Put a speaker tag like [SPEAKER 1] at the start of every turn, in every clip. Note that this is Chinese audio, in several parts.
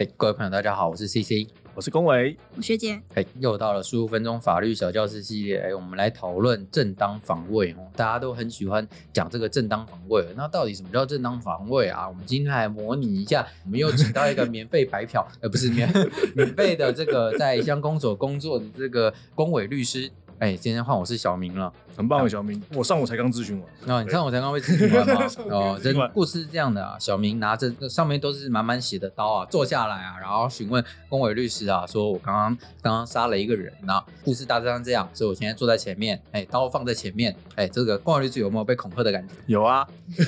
[SPEAKER 1] 嘿、各位朋友，大家好，我是 CC。
[SPEAKER 2] 我是龚维，
[SPEAKER 3] 我学姐，
[SPEAKER 1] 嘿、又到了十五分钟法律小教室系列，哎、我们来讨论正当防卫哦。大家都很喜欢讲这个正当防卫，那到底什么叫正当防卫啊？我们今天来模拟一下，我们又请到一个免费白嫖，呃，不是免免费的这个在乡公所工作的这个龚伟律师。哎、今天换我是小明了。
[SPEAKER 2] 很棒的小明，我上午才刚咨询完，
[SPEAKER 1] 那、你看我才刚会自己玩 吗
[SPEAKER 2] 上？面
[SPEAKER 1] 哦，这
[SPEAKER 2] 自己玩
[SPEAKER 1] 故事是这样的啊，小明拿着上面都是满满血的刀啊，坐下来啊，然后询问龚伟律师啊，说我刚刚刚刚杀了一个人啊，故事大致上这样，所以我现在坐在前面，哎，刀放在前面，哎，这个龚伟律师有没有被恐吓的感觉？
[SPEAKER 2] 有啊，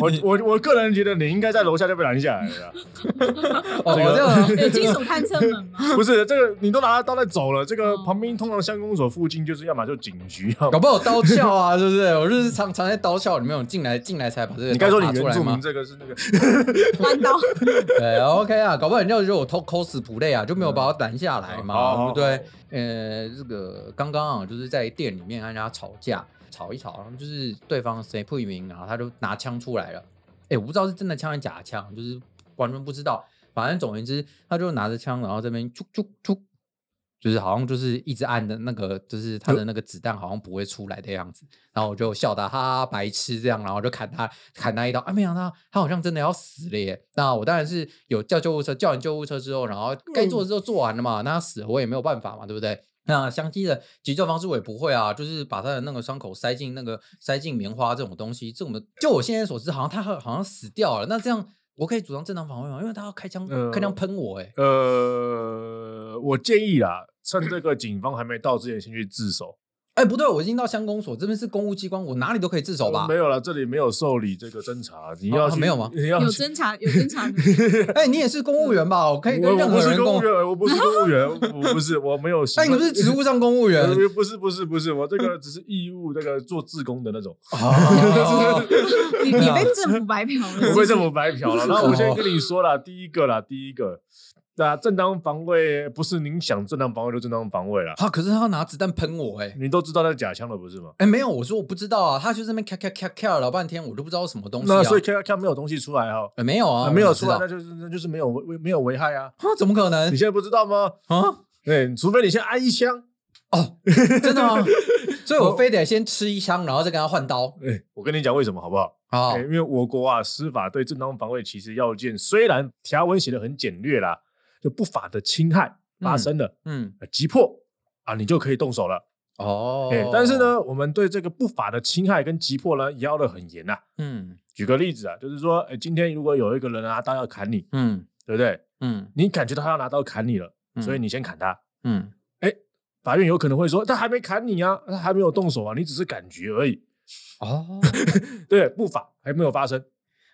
[SPEAKER 2] 我我我个人觉得你应该在楼下就被拦下来了啦，
[SPEAKER 1] 哦，
[SPEAKER 2] 这
[SPEAKER 1] 这
[SPEAKER 2] 个
[SPEAKER 1] 样啊
[SPEAKER 3] 有金属探测门 吗？
[SPEAKER 2] 不是这个你都拿着刀在走了，这个
[SPEAKER 3] 哦
[SPEAKER 2] 旁边通常乡公所附近就是要么就警局，要
[SPEAKER 1] 搞
[SPEAKER 2] 么
[SPEAKER 1] 不好有刀鞘啊，是不是？我就是藏藏在刀鞘里面，我进来进来才把这个
[SPEAKER 2] 你该说你
[SPEAKER 1] 刀拔出
[SPEAKER 2] 原
[SPEAKER 1] 来
[SPEAKER 2] 住
[SPEAKER 1] 吗
[SPEAKER 2] 民？这个是那个，
[SPEAKER 3] 弯刀，
[SPEAKER 1] 对，OK 啊，搞不好人家就觉得我偷 cosplay 啊，就没有把我拦下来嘛，对
[SPEAKER 2] 嗯哦
[SPEAKER 1] 不对？呃，这个刚刚啊，就是在店里面跟人家吵架，吵一吵，然后就是对方谁不明，然后他就拿枪出来了。哎，我不知道是真的枪还是假的枪，就是完全不知道。反正总而言之，他就拿着枪，然后这边啾啾啾，就是好像就是一直按的那个，就是他的那个子弹好像不会出来的样子。然后我就笑他，哈哈，白痴这样，然后就砍他，砍他一刀。啊，没想到他好像真的要死了耶！那我当然是有叫救护车，叫完救护车之后，然后该
[SPEAKER 2] 嗯
[SPEAKER 1] 做的时候做完了嘛，那他死了我也没有办法嘛，对不对？那相继的急救方式我也不会啊，就是把他的那个伤口塞进那个塞进棉花这种东西，这种的，就我现在所知，好像他好好像死掉了。那这样我可以主张正当防卫吗？因为他要开枪，
[SPEAKER 2] 呃
[SPEAKER 1] 开枪喷我、哎，
[SPEAKER 2] 呃，我建议啦，趁这个警方还没到之前先去自首，
[SPEAKER 1] 哎，不对，我已经到乡公所，这边是公务机关，我哪里都可以自首吧
[SPEAKER 2] 呃？没有啦，这里没有受理这个侦查，你
[SPEAKER 1] 哦
[SPEAKER 2] 要
[SPEAKER 1] 哦
[SPEAKER 2] 去
[SPEAKER 1] 没有吗
[SPEAKER 2] 你要
[SPEAKER 3] 有
[SPEAKER 2] 去
[SPEAKER 3] 侦查，有侦查门，
[SPEAKER 1] 哎，你也是公务员吧？我可以跟
[SPEAKER 2] 我
[SPEAKER 1] 哎任
[SPEAKER 2] 我不
[SPEAKER 1] 何人
[SPEAKER 2] 是公
[SPEAKER 1] 共
[SPEAKER 2] 务。员，我不是公务员，我不是我没有 行
[SPEAKER 1] 哎，
[SPEAKER 2] 为，
[SPEAKER 1] 你不是职务上公务 员
[SPEAKER 2] 呃不是不是不是，我这个只是义务，这个做志工的 那种，
[SPEAKER 1] 哦
[SPEAKER 3] 你你被政府白嫖了。
[SPEAKER 2] 不 会这么白嫖 了。那我
[SPEAKER 1] 哦
[SPEAKER 2] 先跟你说了，第一个啦，第一个，那正当防卫不是您想正当防卫就正当防卫啦，
[SPEAKER 1] 他可是他要拿子弹喷我哎、
[SPEAKER 2] 你都知道那是假枪了，不是吗？
[SPEAKER 1] 哎、没有，我说我不知道啊，他就在那边咔咔咔咔老半天，我都不知道什么东西啊。
[SPEAKER 2] 那所以看看没有东西出来哈、
[SPEAKER 1] 呃没有啊，
[SPEAKER 2] 啊
[SPEAKER 1] 我
[SPEAKER 2] 没有
[SPEAKER 1] 哪
[SPEAKER 2] 出
[SPEAKER 1] 知
[SPEAKER 2] 来
[SPEAKER 1] 道，
[SPEAKER 2] 那就是那就是没有危没有危 害啊。
[SPEAKER 1] 啊，怎么可能
[SPEAKER 2] 你现在不知道吗？
[SPEAKER 1] 啊？
[SPEAKER 2] 对，除非你先挨一枪。
[SPEAKER 1] 哦，真的 吗？所以我非得先吃一枪，然后再跟他换刀
[SPEAKER 2] 哎，我跟你讲为什么好不好？
[SPEAKER 1] 啊、
[SPEAKER 2] 哎，因为我国啊，司法对正当防卫其实要件虽然条文写的很简略啦，就不法的侵害发生了，
[SPEAKER 1] 嗯，
[SPEAKER 2] 呃急迫啊，你就可以动手了。
[SPEAKER 1] 哦、
[SPEAKER 2] 哎、但是，呢，我们对这个不法的侵害跟击破呢，也要的很严呐、
[SPEAKER 1] 嗯
[SPEAKER 2] 举个例子啊，就是说，哎、今天如果有一个人拿刀要砍你，
[SPEAKER 1] 嗯
[SPEAKER 2] 对不对？
[SPEAKER 1] 嗯，
[SPEAKER 2] 你感觉到他要拿刀砍你了，所以
[SPEAKER 1] 你
[SPEAKER 2] 你先砍他。
[SPEAKER 1] 嗯
[SPEAKER 2] 法院有可能会说，他还没砍你啊，他还没有动手啊，你只是感觉而已。
[SPEAKER 1] 哦
[SPEAKER 2] 对，不法还没有发生。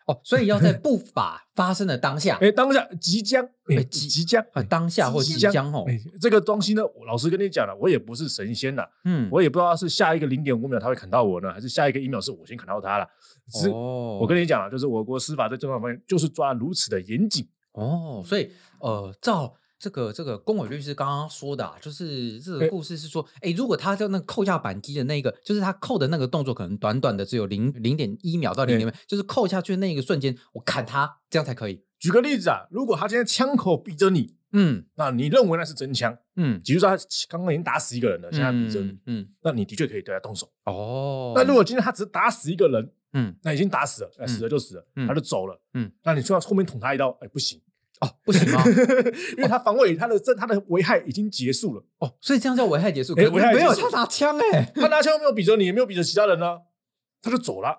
[SPEAKER 1] 哦，所以要在不法发生的当下，
[SPEAKER 2] 哎、当下即将，哎、
[SPEAKER 1] 哎即
[SPEAKER 2] 即即将，
[SPEAKER 1] 啊，当下或即
[SPEAKER 2] 即将
[SPEAKER 1] 将哦，
[SPEAKER 2] 哎、这个东西呢，我老实跟你讲了，我也不是神仙呐、
[SPEAKER 1] 嗯，
[SPEAKER 2] 我也不知道是下一个零点五秒他会砍到我呢，还是下一个一秒是我先砍到他了。只是
[SPEAKER 1] 哦，
[SPEAKER 2] 我跟你讲啊，就是我国司法在这方面就是抓得如此的严谨。
[SPEAKER 1] 哦，所以呃，照这个这个龚伟律师刚刚说的、啊，就是这个
[SPEAKER 2] 哎
[SPEAKER 1] 故事是说，哎、如果他就那个扣下扳机的那个，就是他扣的那个动作，可能短短的只有零零点一秒到零点，就是扣下去的那一个瞬间，我砍他，这样才可以。
[SPEAKER 2] 举个例子啊，如果他今天枪口逼着你，
[SPEAKER 1] 嗯
[SPEAKER 2] 那你认为那是真枪，
[SPEAKER 1] 嗯，
[SPEAKER 2] 比如说他刚刚已经打死一个人了，现在逼着你，
[SPEAKER 1] 嗯嗯，
[SPEAKER 2] 那你的确可以对他动手。
[SPEAKER 1] 哦，
[SPEAKER 2] 那如果今天他只是打死一个人，
[SPEAKER 1] 嗯
[SPEAKER 2] 那已经打死了，哎
[SPEAKER 1] 嗯
[SPEAKER 2] 死了就死了，
[SPEAKER 1] 嗯
[SPEAKER 2] 他就走了。
[SPEAKER 1] 嗯，
[SPEAKER 2] 那你就要后面捅他一刀，哎，不行，
[SPEAKER 1] 哦不行吗？
[SPEAKER 2] 因为他防卫他的这他的危害已经结束了，
[SPEAKER 1] 哦，所以这样叫危害结束，可
[SPEAKER 2] 哎
[SPEAKER 1] 是
[SPEAKER 2] 危害
[SPEAKER 1] 没
[SPEAKER 2] 结
[SPEAKER 1] 有
[SPEAKER 2] 束
[SPEAKER 1] 他拿枪哎、
[SPEAKER 2] 他拿枪没有比着你，也没有比着其他人呢，他就走了，啊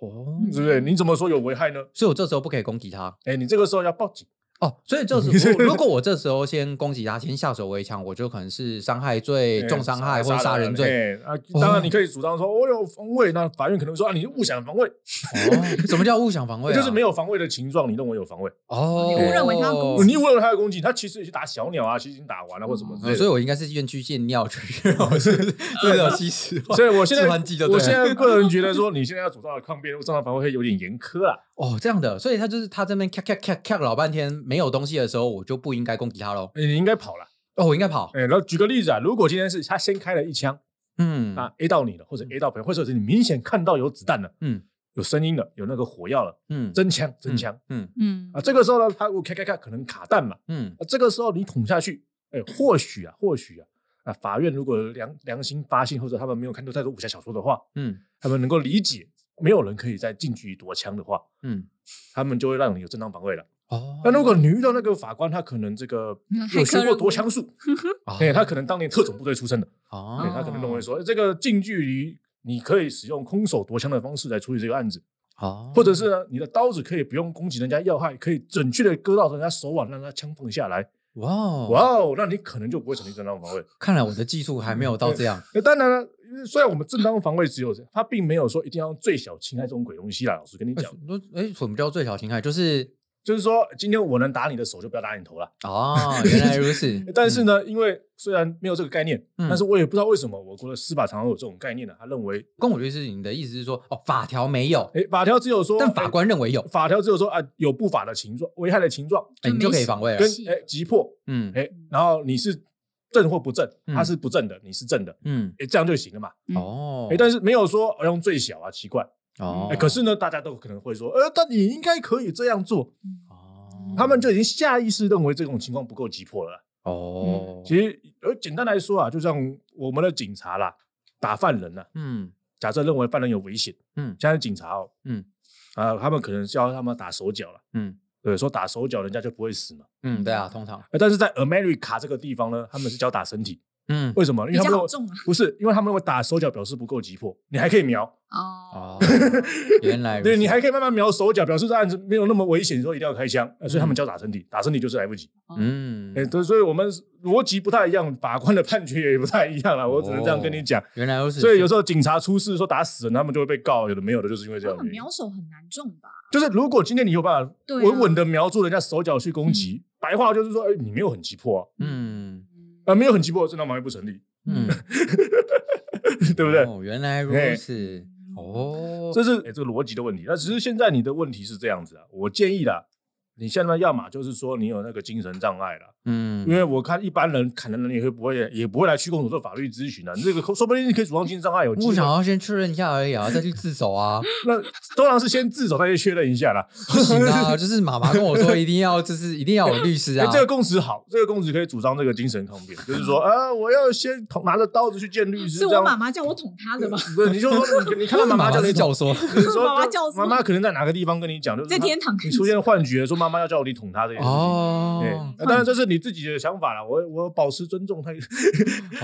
[SPEAKER 1] 哦，
[SPEAKER 2] 对不对？你怎么说有危害呢？
[SPEAKER 1] 所以我这时候不可以攻击他。
[SPEAKER 2] 哎，你这个时候要报警。
[SPEAKER 1] 哦，所以这 时候如果我这时候先攻击他，先下手为强，我就可能是伤害罪、
[SPEAKER 2] 哎
[SPEAKER 1] 重伤害或者杀人罪。
[SPEAKER 2] 罪。哎啊，当然你可以主张说，我有防卫，那法院可能说啊，你是误想防卫，
[SPEAKER 1] 哦，什么叫误想防卫、啊？
[SPEAKER 2] 就是没有防卫的情状，你认为有防卫，
[SPEAKER 1] 哦，
[SPEAKER 3] 你误认为他要攻
[SPEAKER 2] 你误认为他有攻击，他其实也是打小鸟啊，其实已经打完了或者什么之
[SPEAKER 1] 哦
[SPEAKER 2] 类
[SPEAKER 1] 所以
[SPEAKER 2] 的。
[SPEAKER 1] 我应该是院区见尿去，我 是对了，七十万。
[SPEAKER 2] 所以我现在
[SPEAKER 1] 自换剂就对了
[SPEAKER 2] 我现在个人觉得说，你现在要主张的抗辩正当防卫会有点严苛啦。啊
[SPEAKER 1] 哦，这样的，所以他就是他这边咔咔咔咔老半天没有东西的时候，我就不应该攻击他喽。
[SPEAKER 2] 哎你应该跑了。
[SPEAKER 1] 哦，我应该跑。
[SPEAKER 2] 哎，然后举个例子啊，如果今天是他先开了一枪，
[SPEAKER 1] 嗯
[SPEAKER 2] 啊 A 到你了，或者 A 到朋友，或者是你明显看到有子弹了，
[SPEAKER 1] 嗯
[SPEAKER 2] 有声音了，有那个火药了，
[SPEAKER 1] 嗯
[SPEAKER 2] 真枪真枪
[SPEAKER 1] 嗯
[SPEAKER 3] 嗯
[SPEAKER 2] 啊，这个时候呢，他我咔咔咔可能卡弹嘛，
[SPEAKER 1] 嗯
[SPEAKER 2] 啊，这个时候你捅下去，哎，或许啊，或许啊，啊，法院如果良良心发现，或者他们没有看到太多武侠小说的话，
[SPEAKER 1] 嗯
[SPEAKER 2] 他们能够理解，没有人可以在近距离夺枪的话，
[SPEAKER 1] 嗯。
[SPEAKER 2] 他们就会让你有正当防卫了。
[SPEAKER 1] 哦，
[SPEAKER 2] 那如果你遇到那个法官，他可能这个
[SPEAKER 3] 嗯
[SPEAKER 2] 有学
[SPEAKER 3] 骇客
[SPEAKER 2] 过
[SPEAKER 3] 任务
[SPEAKER 2] 夺枪 术，
[SPEAKER 1] 哦
[SPEAKER 2] 哎，他可能当年特种部队出身的，
[SPEAKER 1] 哦
[SPEAKER 2] 哎，他可能认为说，哎这个近距离你可以使用空手夺枪的方式来处理这个案子，
[SPEAKER 1] 哦，
[SPEAKER 2] 或者是呢，你的刀子可以不用攻击人家要害，可以准确的割到人家手腕，让他枪放下来。
[SPEAKER 1] 哇哦
[SPEAKER 2] 哇哦，那你可能就不会成立正当防卫。
[SPEAKER 1] 看来我的技术还没有到这样。
[SPEAKER 2] 那当然了，虽然我们正当防卫只有这，他并没有说一定要用最小侵害这种鬼东西啦。老实跟你
[SPEAKER 1] 哎
[SPEAKER 2] 讲，
[SPEAKER 1] 说哎，什么叫最小侵害？就是
[SPEAKER 2] 就是说今天我能打你的手，就不要打你头了。。
[SPEAKER 1] 哦，原来如此
[SPEAKER 2] 但是呢，因为虽然没有这个概念，
[SPEAKER 1] 嗯
[SPEAKER 2] 但是我也不知道为什么我国的司法常常有这种概念呢、啊他认为，
[SPEAKER 1] 跟我就是你的意思是说，哦，法条没有，
[SPEAKER 2] 哎，法条只有说，
[SPEAKER 1] 但法官认为有
[SPEAKER 2] 诶，法条只有说啊，有不法的情状、危害的情状
[SPEAKER 1] 哎，你就可以防卫了
[SPEAKER 2] 跟。
[SPEAKER 3] 是
[SPEAKER 2] 哎急迫，
[SPEAKER 1] 嗯
[SPEAKER 2] 哎，然后你是正或不正，
[SPEAKER 1] 嗯
[SPEAKER 2] 他是不正的，你是正的，
[SPEAKER 1] 嗯，
[SPEAKER 2] 哎，这样就行了嘛。
[SPEAKER 3] 嗯
[SPEAKER 1] 哦
[SPEAKER 2] 哎，，但是没有说哦用最小啊，奇怪。
[SPEAKER 1] 哦
[SPEAKER 2] 哎、，可是呢，大家都可能会说，呃，但你应该可以这样做。
[SPEAKER 1] 哦
[SPEAKER 2] 他们就已经下意识认为这种情况不够急迫了啦。
[SPEAKER 1] 哦，
[SPEAKER 2] 其实，呃，简单来说啊，就像我们的警察啦，打犯人呢、啊
[SPEAKER 1] 嗯
[SPEAKER 2] 假设认为犯人有危险，
[SPEAKER 1] 嗯
[SPEAKER 2] 现在警察哦，
[SPEAKER 1] 嗯
[SPEAKER 2] 啊、他们可能是要他们打手脚了。
[SPEAKER 1] 嗯
[SPEAKER 2] 对，说打手脚人家就不会死嘛。
[SPEAKER 1] 嗯，对啊，通常
[SPEAKER 2] 呃但是在 America 这个地方呢，他们是教打身体，
[SPEAKER 1] 嗯
[SPEAKER 2] 为什么？因为
[SPEAKER 3] 比
[SPEAKER 2] 他们
[SPEAKER 3] 较
[SPEAKER 2] 认
[SPEAKER 3] 好
[SPEAKER 2] 为
[SPEAKER 3] 重啊
[SPEAKER 2] 不是，因为他们认为打手脚表示不够急迫，你还可以瞄，
[SPEAKER 1] 哦
[SPEAKER 3] 哦，，
[SPEAKER 1] 原来如
[SPEAKER 2] 对你
[SPEAKER 1] 此
[SPEAKER 2] 还可以慢慢瞄手脚，表示这案子没有那么危险，说一定要开枪，呃所以他们教打身体，打身体就是来不及。
[SPEAKER 1] 嗯
[SPEAKER 2] 哎、，对，所以我们逻辑不太一样，法官的判决也不太一样了，我只能这样跟你讲。
[SPEAKER 1] 原来如此。
[SPEAKER 2] 所以有时候警察出事说打死人，他们就会被告，有的没有的，就是因为这
[SPEAKER 3] 他
[SPEAKER 2] 样的
[SPEAKER 3] 们
[SPEAKER 2] 原因。
[SPEAKER 3] 哦瞄手很难中吧？
[SPEAKER 2] 就是如果今天你有办法
[SPEAKER 3] 对啊
[SPEAKER 2] 稳稳的瞄住人家手脚去攻击，白话就是说，哎、你没有很急迫啊，
[SPEAKER 1] 嗯
[SPEAKER 2] 呃，没有很急迫，正当防卫不成立，
[SPEAKER 1] 嗯，
[SPEAKER 2] 对不对？
[SPEAKER 1] 哦，原来如
[SPEAKER 2] 哎
[SPEAKER 1] 此。哦，
[SPEAKER 2] 这是、哎这个逻辑的问题。那只是现在你的问题是这样子啊，我建议啦，你现在要么就是说你有那个精神障碍啦，
[SPEAKER 1] 嗯
[SPEAKER 2] 因为我看一般人砍人也会不会也不会来区公所做法律咨询的、啊你这个说不定你可以主张精神障碍有机
[SPEAKER 1] 我
[SPEAKER 2] 会。
[SPEAKER 1] 想要先确认一下而已啊，再去自首啊，
[SPEAKER 2] 那通常是先自首再去确认一下啦。
[SPEAKER 1] 不行 啊！就是妈妈跟我说，一定要就是一定要有律师啊
[SPEAKER 2] 哎，。这个供词好，这个供词可以主张这个精神抗辩，就是说，啊，我要先捅拿着刀子去见律师，
[SPEAKER 3] 是
[SPEAKER 2] 这
[SPEAKER 3] 我
[SPEAKER 2] 样哦
[SPEAKER 3] 妈妈叫我捅他的吧？
[SPEAKER 2] 不是，你就说你你看到妈妈叫
[SPEAKER 1] 是
[SPEAKER 2] 你捅
[SPEAKER 1] 教，唆，
[SPEAKER 2] 你说
[SPEAKER 3] 妈妈叫什
[SPEAKER 2] 妈
[SPEAKER 3] 么
[SPEAKER 2] 妈可能在哪个地方跟你讲，就是
[SPEAKER 3] 在天堂
[SPEAKER 2] 你出现幻觉，说妈妈要叫你捅她这件事情。对
[SPEAKER 3] 嗯
[SPEAKER 1] 哦，
[SPEAKER 2] 那当然这是你自己的想法啦，我我保持尊重他。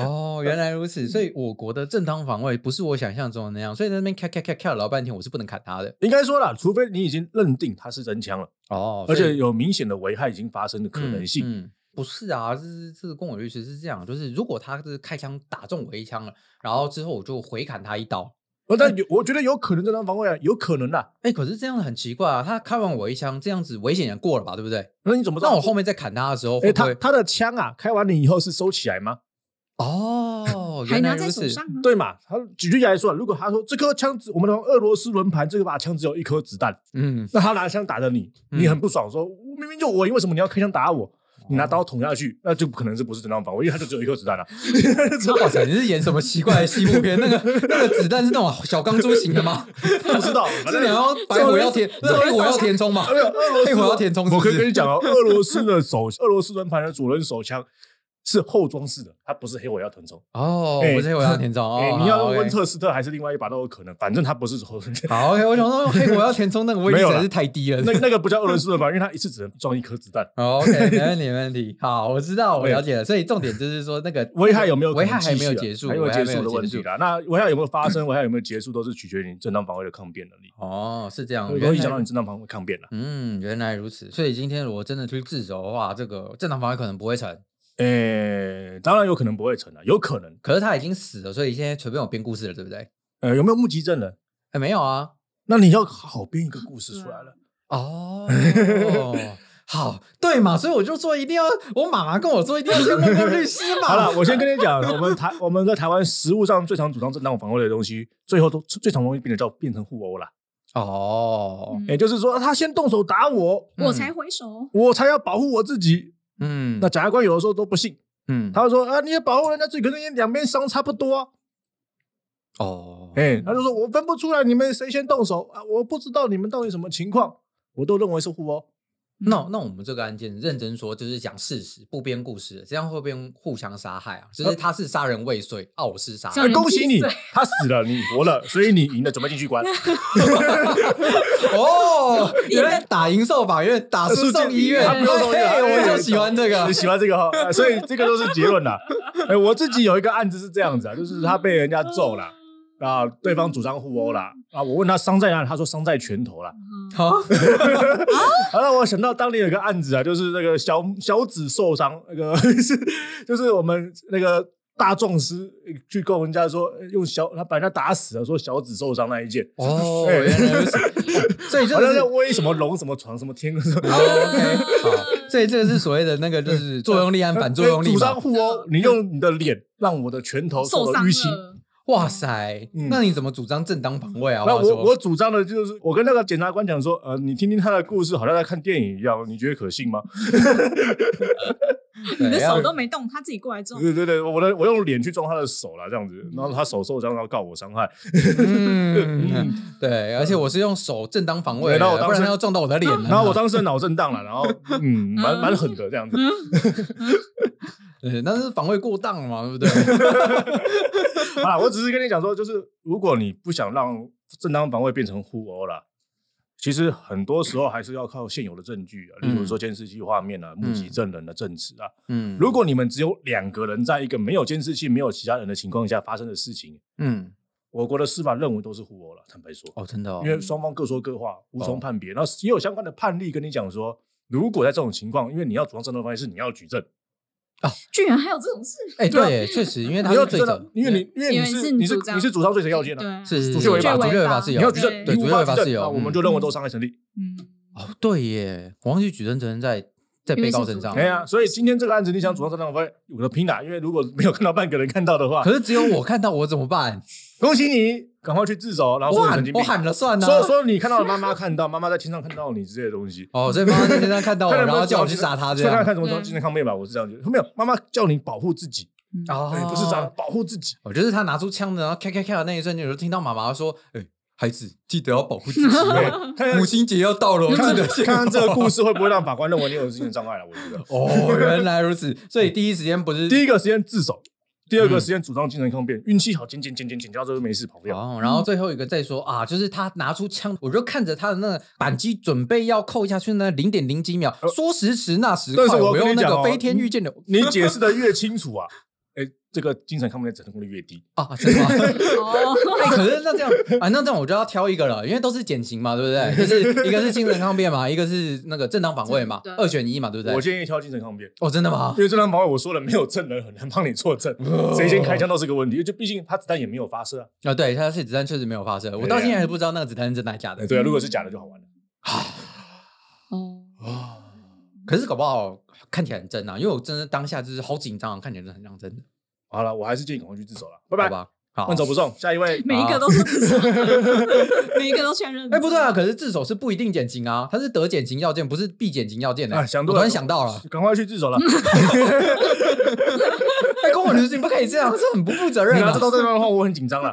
[SPEAKER 1] 哦，原来如此，所以我国的正当防卫不是我想象中的那样，所以在那边咔咔咔咔了老半天，我是不能砍他的。
[SPEAKER 2] 应该说啦，除非你已经认定他是真枪了，
[SPEAKER 1] 哦，
[SPEAKER 2] 而
[SPEAKER 1] 所
[SPEAKER 2] 且
[SPEAKER 1] 以
[SPEAKER 2] 有明显的危害已经发生的可能性，
[SPEAKER 1] 嗯嗯不是啊，这是这个公委律师是这样，就是如果他是开枪打中我一枪了，然后之后我就回砍他一刀。
[SPEAKER 2] 呃但有我觉得有可能正当防卫啊，有可能啦。
[SPEAKER 1] 哎，可是这样很奇怪啊！他开完我一枪，这样子危险也过了吧，对不对？
[SPEAKER 2] 那你怎么知道？
[SPEAKER 1] 那我后面再砍他的时候
[SPEAKER 2] 哎、
[SPEAKER 1] 会不
[SPEAKER 2] 他
[SPEAKER 1] 会？
[SPEAKER 2] 他的枪啊，开完你以后是收起来吗？
[SPEAKER 1] 哦，
[SPEAKER 3] 还
[SPEAKER 1] 原来
[SPEAKER 3] 拿在
[SPEAKER 1] 如
[SPEAKER 3] 手
[SPEAKER 1] 此。
[SPEAKER 3] 上啊吗？
[SPEAKER 2] 对嘛？他举例来说啊，如果他说这颗枪子，我们的俄罗斯轮盘这个把枪只有一颗子弹，
[SPEAKER 1] 嗯，
[SPEAKER 2] 那他拿枪打着你，
[SPEAKER 1] 嗯哦
[SPEAKER 2] 你很不爽说，我明明就我赢，为什么你要开枪打我？你拿刀捅下去，那就可能是不是正当防卫，因为他就只有一颗子 弹了、啊。
[SPEAKER 1] 哇塞，你是演什么奇怪的西部片？那个那个子弹是那种小钢珠型的吗？
[SPEAKER 2] 不知道，
[SPEAKER 1] 是
[SPEAKER 2] 反正
[SPEAKER 1] 你要白火要填，那黑火要填充吗？
[SPEAKER 2] 没有俄罗斯
[SPEAKER 1] 黑火要填充是
[SPEAKER 2] 我
[SPEAKER 1] 不
[SPEAKER 2] 可以跟
[SPEAKER 1] 是？
[SPEAKER 2] 你讲哦，俄罗斯的手，俄罗斯轮盘的左轮手枪是后装式的，它不是黑火药填充。
[SPEAKER 1] 哦，
[SPEAKER 2] 哎
[SPEAKER 1] 不是黑火要填充
[SPEAKER 2] 哎、
[SPEAKER 1] 哦。
[SPEAKER 2] 你要
[SPEAKER 1] 好
[SPEAKER 2] 用
[SPEAKER 1] ，OK
[SPEAKER 2] 温彻斯特还是另外一把都有可能，反正它不是后装。
[SPEAKER 1] 好，OK，我想说黑火要填充那个位
[SPEAKER 2] 没
[SPEAKER 1] 置
[SPEAKER 2] 有
[SPEAKER 1] 实
[SPEAKER 2] 啦
[SPEAKER 1] 在是太低了
[SPEAKER 2] 那。那个不叫俄罗斯轮盘，因为它一次只能装一颗子弹。
[SPEAKER 1] 好 OK，没问题，没问题。好，我知道，我
[SPEAKER 2] 对
[SPEAKER 1] 了解了。所以重点就是说，那个
[SPEAKER 2] 哎 危害有没有可
[SPEAKER 1] 危
[SPEAKER 2] 能
[SPEAKER 1] 害还没
[SPEAKER 2] 继续
[SPEAKER 1] 有
[SPEAKER 2] 啊
[SPEAKER 1] 结束，
[SPEAKER 2] 还有
[SPEAKER 1] 危害
[SPEAKER 2] 结
[SPEAKER 1] 没
[SPEAKER 2] 束的
[SPEAKER 1] 有
[SPEAKER 2] 问
[SPEAKER 1] 结
[SPEAKER 2] 题
[SPEAKER 1] 束。
[SPEAKER 2] 啦。那危害有没有发生，危害有没有结束，都是取决于你正当防卫的抗辩能力，
[SPEAKER 1] 哦，是这样。
[SPEAKER 2] 会
[SPEAKER 1] 原
[SPEAKER 2] 影响
[SPEAKER 1] 来
[SPEAKER 2] 到你正当防卫抗辩了。
[SPEAKER 1] 嗯，原来如此。所以今天如果真的去自首的话，这个正当防卫可能不会成。
[SPEAKER 2] 诶，当然有可能不会成啊，有可能。
[SPEAKER 1] 可是他已经死了，所以现在随便我编故事了，对不对？
[SPEAKER 2] 呃，有没有目击证人？
[SPEAKER 1] 哎，没有啊。
[SPEAKER 2] 那你要好编一个故事出来了。
[SPEAKER 1] 哦，好，对嘛，所以我就说一定要，我妈妈跟我说一定要先问过律师嘛。
[SPEAKER 2] 好了，我先跟你讲，我们台 我们在台湾实务上最常主张正当防卫的东西，最后都最常容易变得叫变成互殴啦。
[SPEAKER 1] 哦，
[SPEAKER 3] 嗯
[SPEAKER 2] 也就是说，啊他先动手打我，
[SPEAKER 3] 我才回手，
[SPEAKER 2] 我才要保护我自己。
[SPEAKER 1] 嗯，
[SPEAKER 2] 那检察官有的时候都不信，
[SPEAKER 1] 嗯，
[SPEAKER 2] 他就说啊，你也保护人家自己，可是你两边伤差不多啊。
[SPEAKER 1] 哦，
[SPEAKER 2] 哎、他就说我分不出来你们谁先动手啊，我不知道你们到底什么情况，我都认为是互殴。
[SPEAKER 1] 那那我们这个案件认真说，就是讲事实，不编故事，这样会不会互相杀害啊？
[SPEAKER 2] 呃
[SPEAKER 1] 就是他是杀人未遂，啊，我是杀
[SPEAKER 3] 这
[SPEAKER 2] 哎
[SPEAKER 1] 人
[SPEAKER 3] 样
[SPEAKER 2] 恭喜你
[SPEAKER 3] 人气，
[SPEAKER 2] 他死了，你活 了，所以你赢了，准备进去关。
[SPEAKER 1] 哦，原来打赢受法院，打输送医院，
[SPEAKER 2] 啊不用送医院
[SPEAKER 1] 嘿
[SPEAKER 2] 哎
[SPEAKER 1] 我就喜欢这个
[SPEAKER 2] 你。喜欢这 个哈、啊所以这个都是结论啦。哎，我自己有一个案子是这样子啊，就是他被人家揍啦，啊，对方主张互殴啦，
[SPEAKER 1] 嗯
[SPEAKER 2] 啊，我问他伤在哪里，他说伤在拳头啦。
[SPEAKER 3] 嗯
[SPEAKER 1] 好，
[SPEAKER 2] 好了，我想到当年有个案子啊，就是那个小小子受伤，那个是就是我们那个大壮师去跟人家说，呃用小他把人家打死了，说小子受伤那一件，
[SPEAKER 1] 哦，原来如此， 所以这
[SPEAKER 2] 好
[SPEAKER 1] 个
[SPEAKER 2] 像
[SPEAKER 1] 是
[SPEAKER 2] 在威什么龙什么床什么天，
[SPEAKER 1] 哦 OK，好， 嗯所以这个是所谓的那个就是作用力和反作用力
[SPEAKER 2] 主
[SPEAKER 1] 嘛
[SPEAKER 2] 张。互殴，你用你的脸让我的拳头受
[SPEAKER 3] 哦
[SPEAKER 2] 了
[SPEAKER 3] 受伤
[SPEAKER 2] 淤青。
[SPEAKER 3] 了，
[SPEAKER 1] 哇塞，
[SPEAKER 2] 嗯
[SPEAKER 1] 那你怎么主张正当防卫啊？
[SPEAKER 2] 那
[SPEAKER 1] 话说
[SPEAKER 2] 我我主张的就是，我跟那个检察官讲说，呃，你听听他的故事，好像在看电影一样，你觉得可信吗？
[SPEAKER 1] 对
[SPEAKER 3] 你的
[SPEAKER 1] 要
[SPEAKER 3] 手都没动，他自己过来撞，
[SPEAKER 2] 对对对，我的我用脸去撞他的手了，这样子，然后他手受伤，然后告我伤害。
[SPEAKER 1] 嗯，
[SPEAKER 2] 嗯，
[SPEAKER 1] 对，而且我是用手正当防卫
[SPEAKER 2] 对那我
[SPEAKER 1] 的，
[SPEAKER 2] 当时
[SPEAKER 1] 不然他要撞到我的脸 了。
[SPEAKER 2] 然后我当时脑震荡了，然后嗯，蛮蛮狠的这样子。
[SPEAKER 1] 对，那嗯是防卫过当嘛，对不对？
[SPEAKER 2] 好啦，我只是跟你讲说，就是如果你不想让正当防卫变成互殴啦，其实很多时候还是要靠现有的证据啊，例如说监视器画面啊、目击证人的证词啊。
[SPEAKER 1] 嗯，
[SPEAKER 2] 如果你们只有两个人在一个没有监视器、没有其他人的情况下发生的事情，
[SPEAKER 1] 嗯，
[SPEAKER 2] 我国的司法认为都是互殴了。坦白说，
[SPEAKER 1] 哦，真的哦
[SPEAKER 2] 因，为双方各说各话，无从判别。然后也有相关的判例跟你讲说，如果在这种情况，因为你要主张正当防卫，是你要举证，
[SPEAKER 3] 居然还有这种事，
[SPEAKER 1] 哎，
[SPEAKER 2] 对啊
[SPEAKER 1] 对，确实，因为他
[SPEAKER 2] 你要
[SPEAKER 1] 是罪
[SPEAKER 2] 举证
[SPEAKER 1] 者
[SPEAKER 2] 啊，，因为你因为
[SPEAKER 3] 因
[SPEAKER 2] 你
[SPEAKER 3] 为
[SPEAKER 2] 是
[SPEAKER 3] 是
[SPEAKER 2] 你是
[SPEAKER 3] 主张
[SPEAKER 2] 你是主张罪谁要件啊，
[SPEAKER 3] 对，
[SPEAKER 1] 是
[SPEAKER 2] 主确为法
[SPEAKER 1] 主确为法，
[SPEAKER 3] 主
[SPEAKER 1] 是有，
[SPEAKER 3] 确为法
[SPEAKER 2] 你要举证，
[SPEAKER 1] 对，
[SPEAKER 2] 你
[SPEAKER 1] 主
[SPEAKER 2] 无
[SPEAKER 1] 确为
[SPEAKER 2] 法
[SPEAKER 1] 法
[SPEAKER 2] 举
[SPEAKER 1] 是
[SPEAKER 2] 证，
[SPEAKER 1] 有，
[SPEAKER 2] 那我
[SPEAKER 1] 嗯
[SPEAKER 2] 们就认为都伤害成立。
[SPEAKER 3] 嗯，
[SPEAKER 1] 哦，对耶，我忘记举证责任在在
[SPEAKER 3] 因为
[SPEAKER 1] 被
[SPEAKER 3] 是
[SPEAKER 1] 告
[SPEAKER 3] 主
[SPEAKER 1] 身上
[SPEAKER 3] 张
[SPEAKER 2] 哎，呀，所以今天这个案子，你想主张正当防卫，有的拼啦，因为如果没有看到半个人看到的话
[SPEAKER 1] 可，是只有我看到，我怎么办？
[SPEAKER 2] 恭喜你，赶快去自首，然后
[SPEAKER 1] 我
[SPEAKER 2] 说你神
[SPEAKER 1] 喊
[SPEAKER 2] 经
[SPEAKER 1] 我
[SPEAKER 2] 病。
[SPEAKER 1] 喊了算啊呐。
[SPEAKER 2] 说说你看到了妈妈看到，妈妈在天上看到你之类的东西。
[SPEAKER 1] 哦，所以妈妈在街上 看到我，
[SPEAKER 2] 看能
[SPEAKER 1] 然
[SPEAKER 2] 不能
[SPEAKER 1] 后叫我去
[SPEAKER 2] 找
[SPEAKER 1] 杀他这
[SPEAKER 2] 看看
[SPEAKER 1] 样。
[SPEAKER 2] 看什么时候精神抗妹吧，我是这样觉得。没有，妈妈叫你保护自己，
[SPEAKER 1] 哦
[SPEAKER 2] 哎，不是杀，保护自己。
[SPEAKER 1] 我就是他拿出枪的，然后咔咔咔的那一瞬间，我就听到妈妈说：“哎，孩子，记得要保护自 己 哦，
[SPEAKER 2] 看看
[SPEAKER 1] 母亲节要到了哦，记 得
[SPEAKER 2] 看
[SPEAKER 1] 先
[SPEAKER 2] 看这个故事会不会让法官认为你有精神障碍了？我觉 得，
[SPEAKER 1] 哦，原来如此，所以第一时间不是
[SPEAKER 2] 第一个时间自首，第
[SPEAKER 1] 嗯
[SPEAKER 2] 二个时间主张精神抗辩，运气好，捡捡捡捡捡到之后没事跑掉。
[SPEAKER 1] 哦，然后最后一个再说啊，就是他拿出枪，我就看着他的那个扳机准备要扣下去那零点零几
[SPEAKER 2] 呃
[SPEAKER 1] 秒，说时迟那时快，
[SPEAKER 2] 但是我
[SPEAKER 1] 我
[SPEAKER 2] 要跟
[SPEAKER 1] 用那
[SPEAKER 2] 你讲
[SPEAKER 1] 个
[SPEAKER 2] 哦
[SPEAKER 1] 飞天御剑的
[SPEAKER 2] 你解释的越清楚啊，哎，这个精神抗辩的成功率越低。
[SPEAKER 1] 啊，真的吗？
[SPEAKER 3] 哦，
[SPEAKER 1] 哎，可是那这样啊，那这样我就要挑一个了，因为都是减刑嘛，对不对？就是一个是精神抗辩嘛，一个是那个正当防卫嘛
[SPEAKER 3] 对，
[SPEAKER 1] 二选一嘛，对不
[SPEAKER 2] 我
[SPEAKER 1] 对？
[SPEAKER 2] 建议挑精神抗辩，
[SPEAKER 1] 哦，真的吗？
[SPEAKER 2] 因为这张防卫我说了，没有证人很难帮你 作证，
[SPEAKER 1] 哦
[SPEAKER 2] 谁先开枪都是个问题，就毕竟他子弹也没有发射啊。
[SPEAKER 1] 啊，对，他是子弹确实没有发射，我
[SPEAKER 2] 对
[SPEAKER 1] 到
[SPEAKER 2] 啊
[SPEAKER 1] 现在还不知道那个子弹是真的还是假的
[SPEAKER 2] 哎。对啊，如果是假的就好玩了。
[SPEAKER 3] 哦，
[SPEAKER 1] 可是搞不好看起来很真啊，因为我真的当下就是好紧张啊，看起来真的很像真的，
[SPEAKER 2] 好了，我还是建议赶快去自首了，拜
[SPEAKER 1] 好
[SPEAKER 2] 拜。
[SPEAKER 1] 吧？好
[SPEAKER 2] 慢，走不送，下一位。
[SPEAKER 3] 每一个都是自首， 每一个都确认，
[SPEAKER 1] 哎、不对啊，，可是自首是不一定减刑啊，它是得减刑要件，不是必减刑要件的、
[SPEAKER 2] 啊，想
[SPEAKER 1] 我
[SPEAKER 2] 多
[SPEAKER 1] 突
[SPEAKER 2] 了，
[SPEAKER 1] 然想到了，
[SPEAKER 2] 赶快去自首了。
[SPEAKER 1] 哎、公我流行不可以这样，这很不负 责
[SPEAKER 2] 你
[SPEAKER 1] 任
[SPEAKER 2] 拿
[SPEAKER 1] 啊
[SPEAKER 2] 这！刀对方的话，我很紧张 了。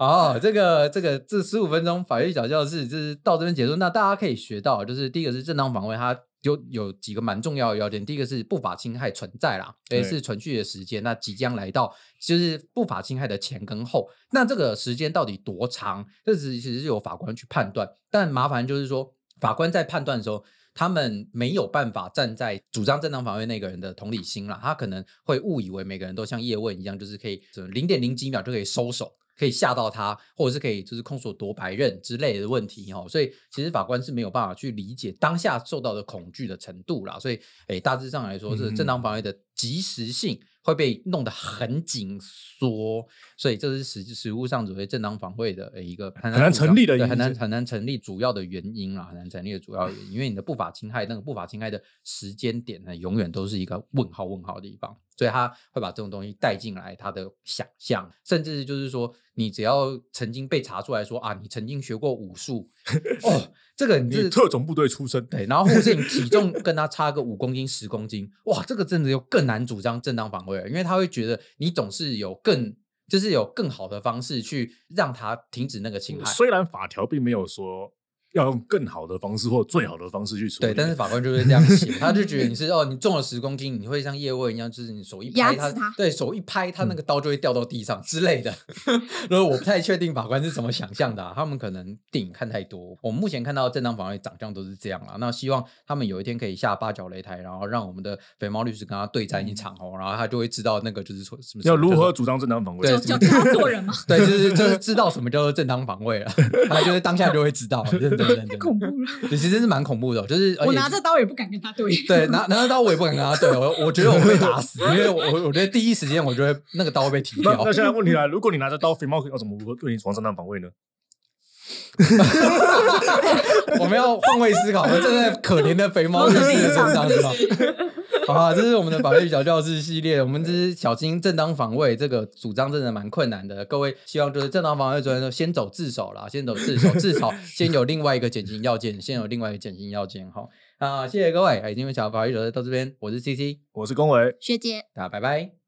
[SPEAKER 1] 哦，这个这个这十五分钟法律小教室就是到这边结束。那大家可以学到，就是第一个是正当防卫，它有有几个蛮重要的要点。第一个是不法侵害存在啦，也
[SPEAKER 2] 对
[SPEAKER 1] 是存续的时间，那即将来到，就是不法侵害的前跟后。那这个时间到底多长？这其实是由法官去判断。但麻烦就是说，法官在判断的时候，他们没有办法站在主张正当防卫那个人的同理心啦，他可能会误以为每个人都像叶问一样，就是可以零点零几秒就可以收手，可以吓到他，或者是可以就是空手夺白刃之类的问题哦。所以其实法官是没有办法去理解当下受到的恐惧的程度啦。所以，诶，大致上来说，是
[SPEAKER 2] 嗯
[SPEAKER 1] 正当防卫的及时性会被弄得很紧缩，所以这是实实务上所谓正当防卫的呃一个很
[SPEAKER 2] 很难
[SPEAKER 1] 主要
[SPEAKER 2] 成立的
[SPEAKER 1] 对
[SPEAKER 2] 原
[SPEAKER 1] 很
[SPEAKER 2] 因
[SPEAKER 1] 难很难成立主要的原因啦，很难成立的主要原因，因为你的不法侵害那个不法侵害的时间点呢，永远都是一个问号问号的地方，所以他会把这种东西带进来他的想象，甚至就是说，你只要曾经被查出来说啊，你曾经学过武术， 哦，这个你
[SPEAKER 2] 你
[SPEAKER 1] 是
[SPEAKER 2] 特种部队出身，
[SPEAKER 1] 对，然后或是你体重跟他差个五公斤、十公斤，哇，这个真的又更难主张正当防卫了，因为他会觉得你总是有更就是有更好的方式去让他停止那个侵害。
[SPEAKER 2] 虽然法条并没有说要用更好的方式或最好的方式去处理，
[SPEAKER 1] 对，但是法官就会这样写，他就觉得你 是哦，你重了十公斤，你会像叶问一样，就是你手一
[SPEAKER 3] 压
[SPEAKER 1] 拍
[SPEAKER 3] 制
[SPEAKER 1] 他，
[SPEAKER 3] 他嗯
[SPEAKER 1] 对手一拍他那个刀就会掉到地上之 类的。然后我不太确定法官是怎么想象的啊、他们可能电影看太多。我们目前看到的正当防卫长相都是这样啦，那希望他们有一天可以下八角擂台，然后让我们的肥猫律师跟他对战一
[SPEAKER 3] 嗯
[SPEAKER 1] 场哦，然后他就会知道那个就是说什么
[SPEAKER 2] 要
[SPEAKER 1] 什
[SPEAKER 2] 如。
[SPEAKER 1] 么叫做
[SPEAKER 2] 何主张正当防卫？
[SPEAKER 1] 对
[SPEAKER 3] 就就教他做人 嘛，
[SPEAKER 1] 对，就是就是知道什么叫做正当防卫了， 他就是当下就会知 道，真的真的真
[SPEAKER 3] 太
[SPEAKER 1] 的，
[SPEAKER 3] 恐怖 了。
[SPEAKER 1] 对其实是蛮恐怖的哦，就是而
[SPEAKER 3] 我
[SPEAKER 1] 且
[SPEAKER 3] 拿着刀也不敢跟他对。
[SPEAKER 1] 对，拿拿着刀我也不敢跟他对，我我觉得我会被打死，因为我我我觉得第一时间我就会那个刀会被提
[SPEAKER 2] 那
[SPEAKER 1] 掉
[SPEAKER 2] 那。现在问 题来，如果你拿着刀，肥猫要怎么如何对你床上当防卫呢？
[SPEAKER 1] 我们要换位思考，我们站在可怜的肥猫律师的身上，是吧？好啊，这是我们的法律小教室系列，我们这是小心正当防卫这个主张真的蛮困难的。各位希望就是正当防卫主任先走自首啦，先走自首，至少先有另外一个减刑要件，先有另外一个减刑要件哈。啊，谢谢各位，哎，今天小法律小教室到这边，我是 C C，
[SPEAKER 2] 我是龚维，
[SPEAKER 3] 学姐，
[SPEAKER 1] 大家拜拜。